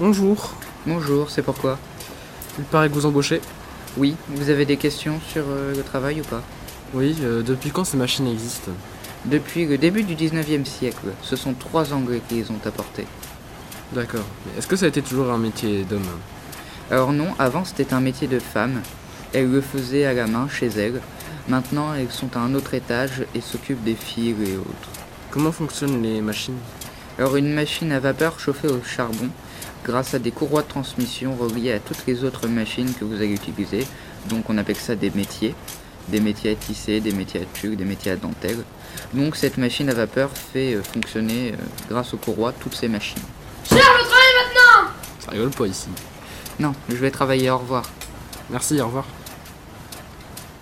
Bonjour. Bonjour, c'est pourquoi Il paraît que vous embauchez. Oui, vous avez des questions sur euh, le travail ou pas Oui, euh, depuis quand ces machines existent Depuis le début du 19e siècle, ce sont trois Anglais qui les ont apportées. D'accord. Mais est-ce que ça a été toujours un métier d'homme Alors non, avant c'était un métier de femme. Elles le faisaient à la main chez elles. Maintenant, elles sont à un autre étage et s'occupent des fils et autres. Comment fonctionnent les machines Alors une machine à vapeur chauffée au charbon grâce à des courroies de transmission reliées à toutes les autres machines que vous allez utiliser. Donc on appelle ça des métiers. Des métiers à tisser, des métiers à tuer, des métiers à dentelle. Donc cette machine à vapeur fait euh, fonctionner euh, grâce aux courroies toutes ces machines. Ça rigole pas ici. Non, je vais travailler, au revoir. Merci, au revoir.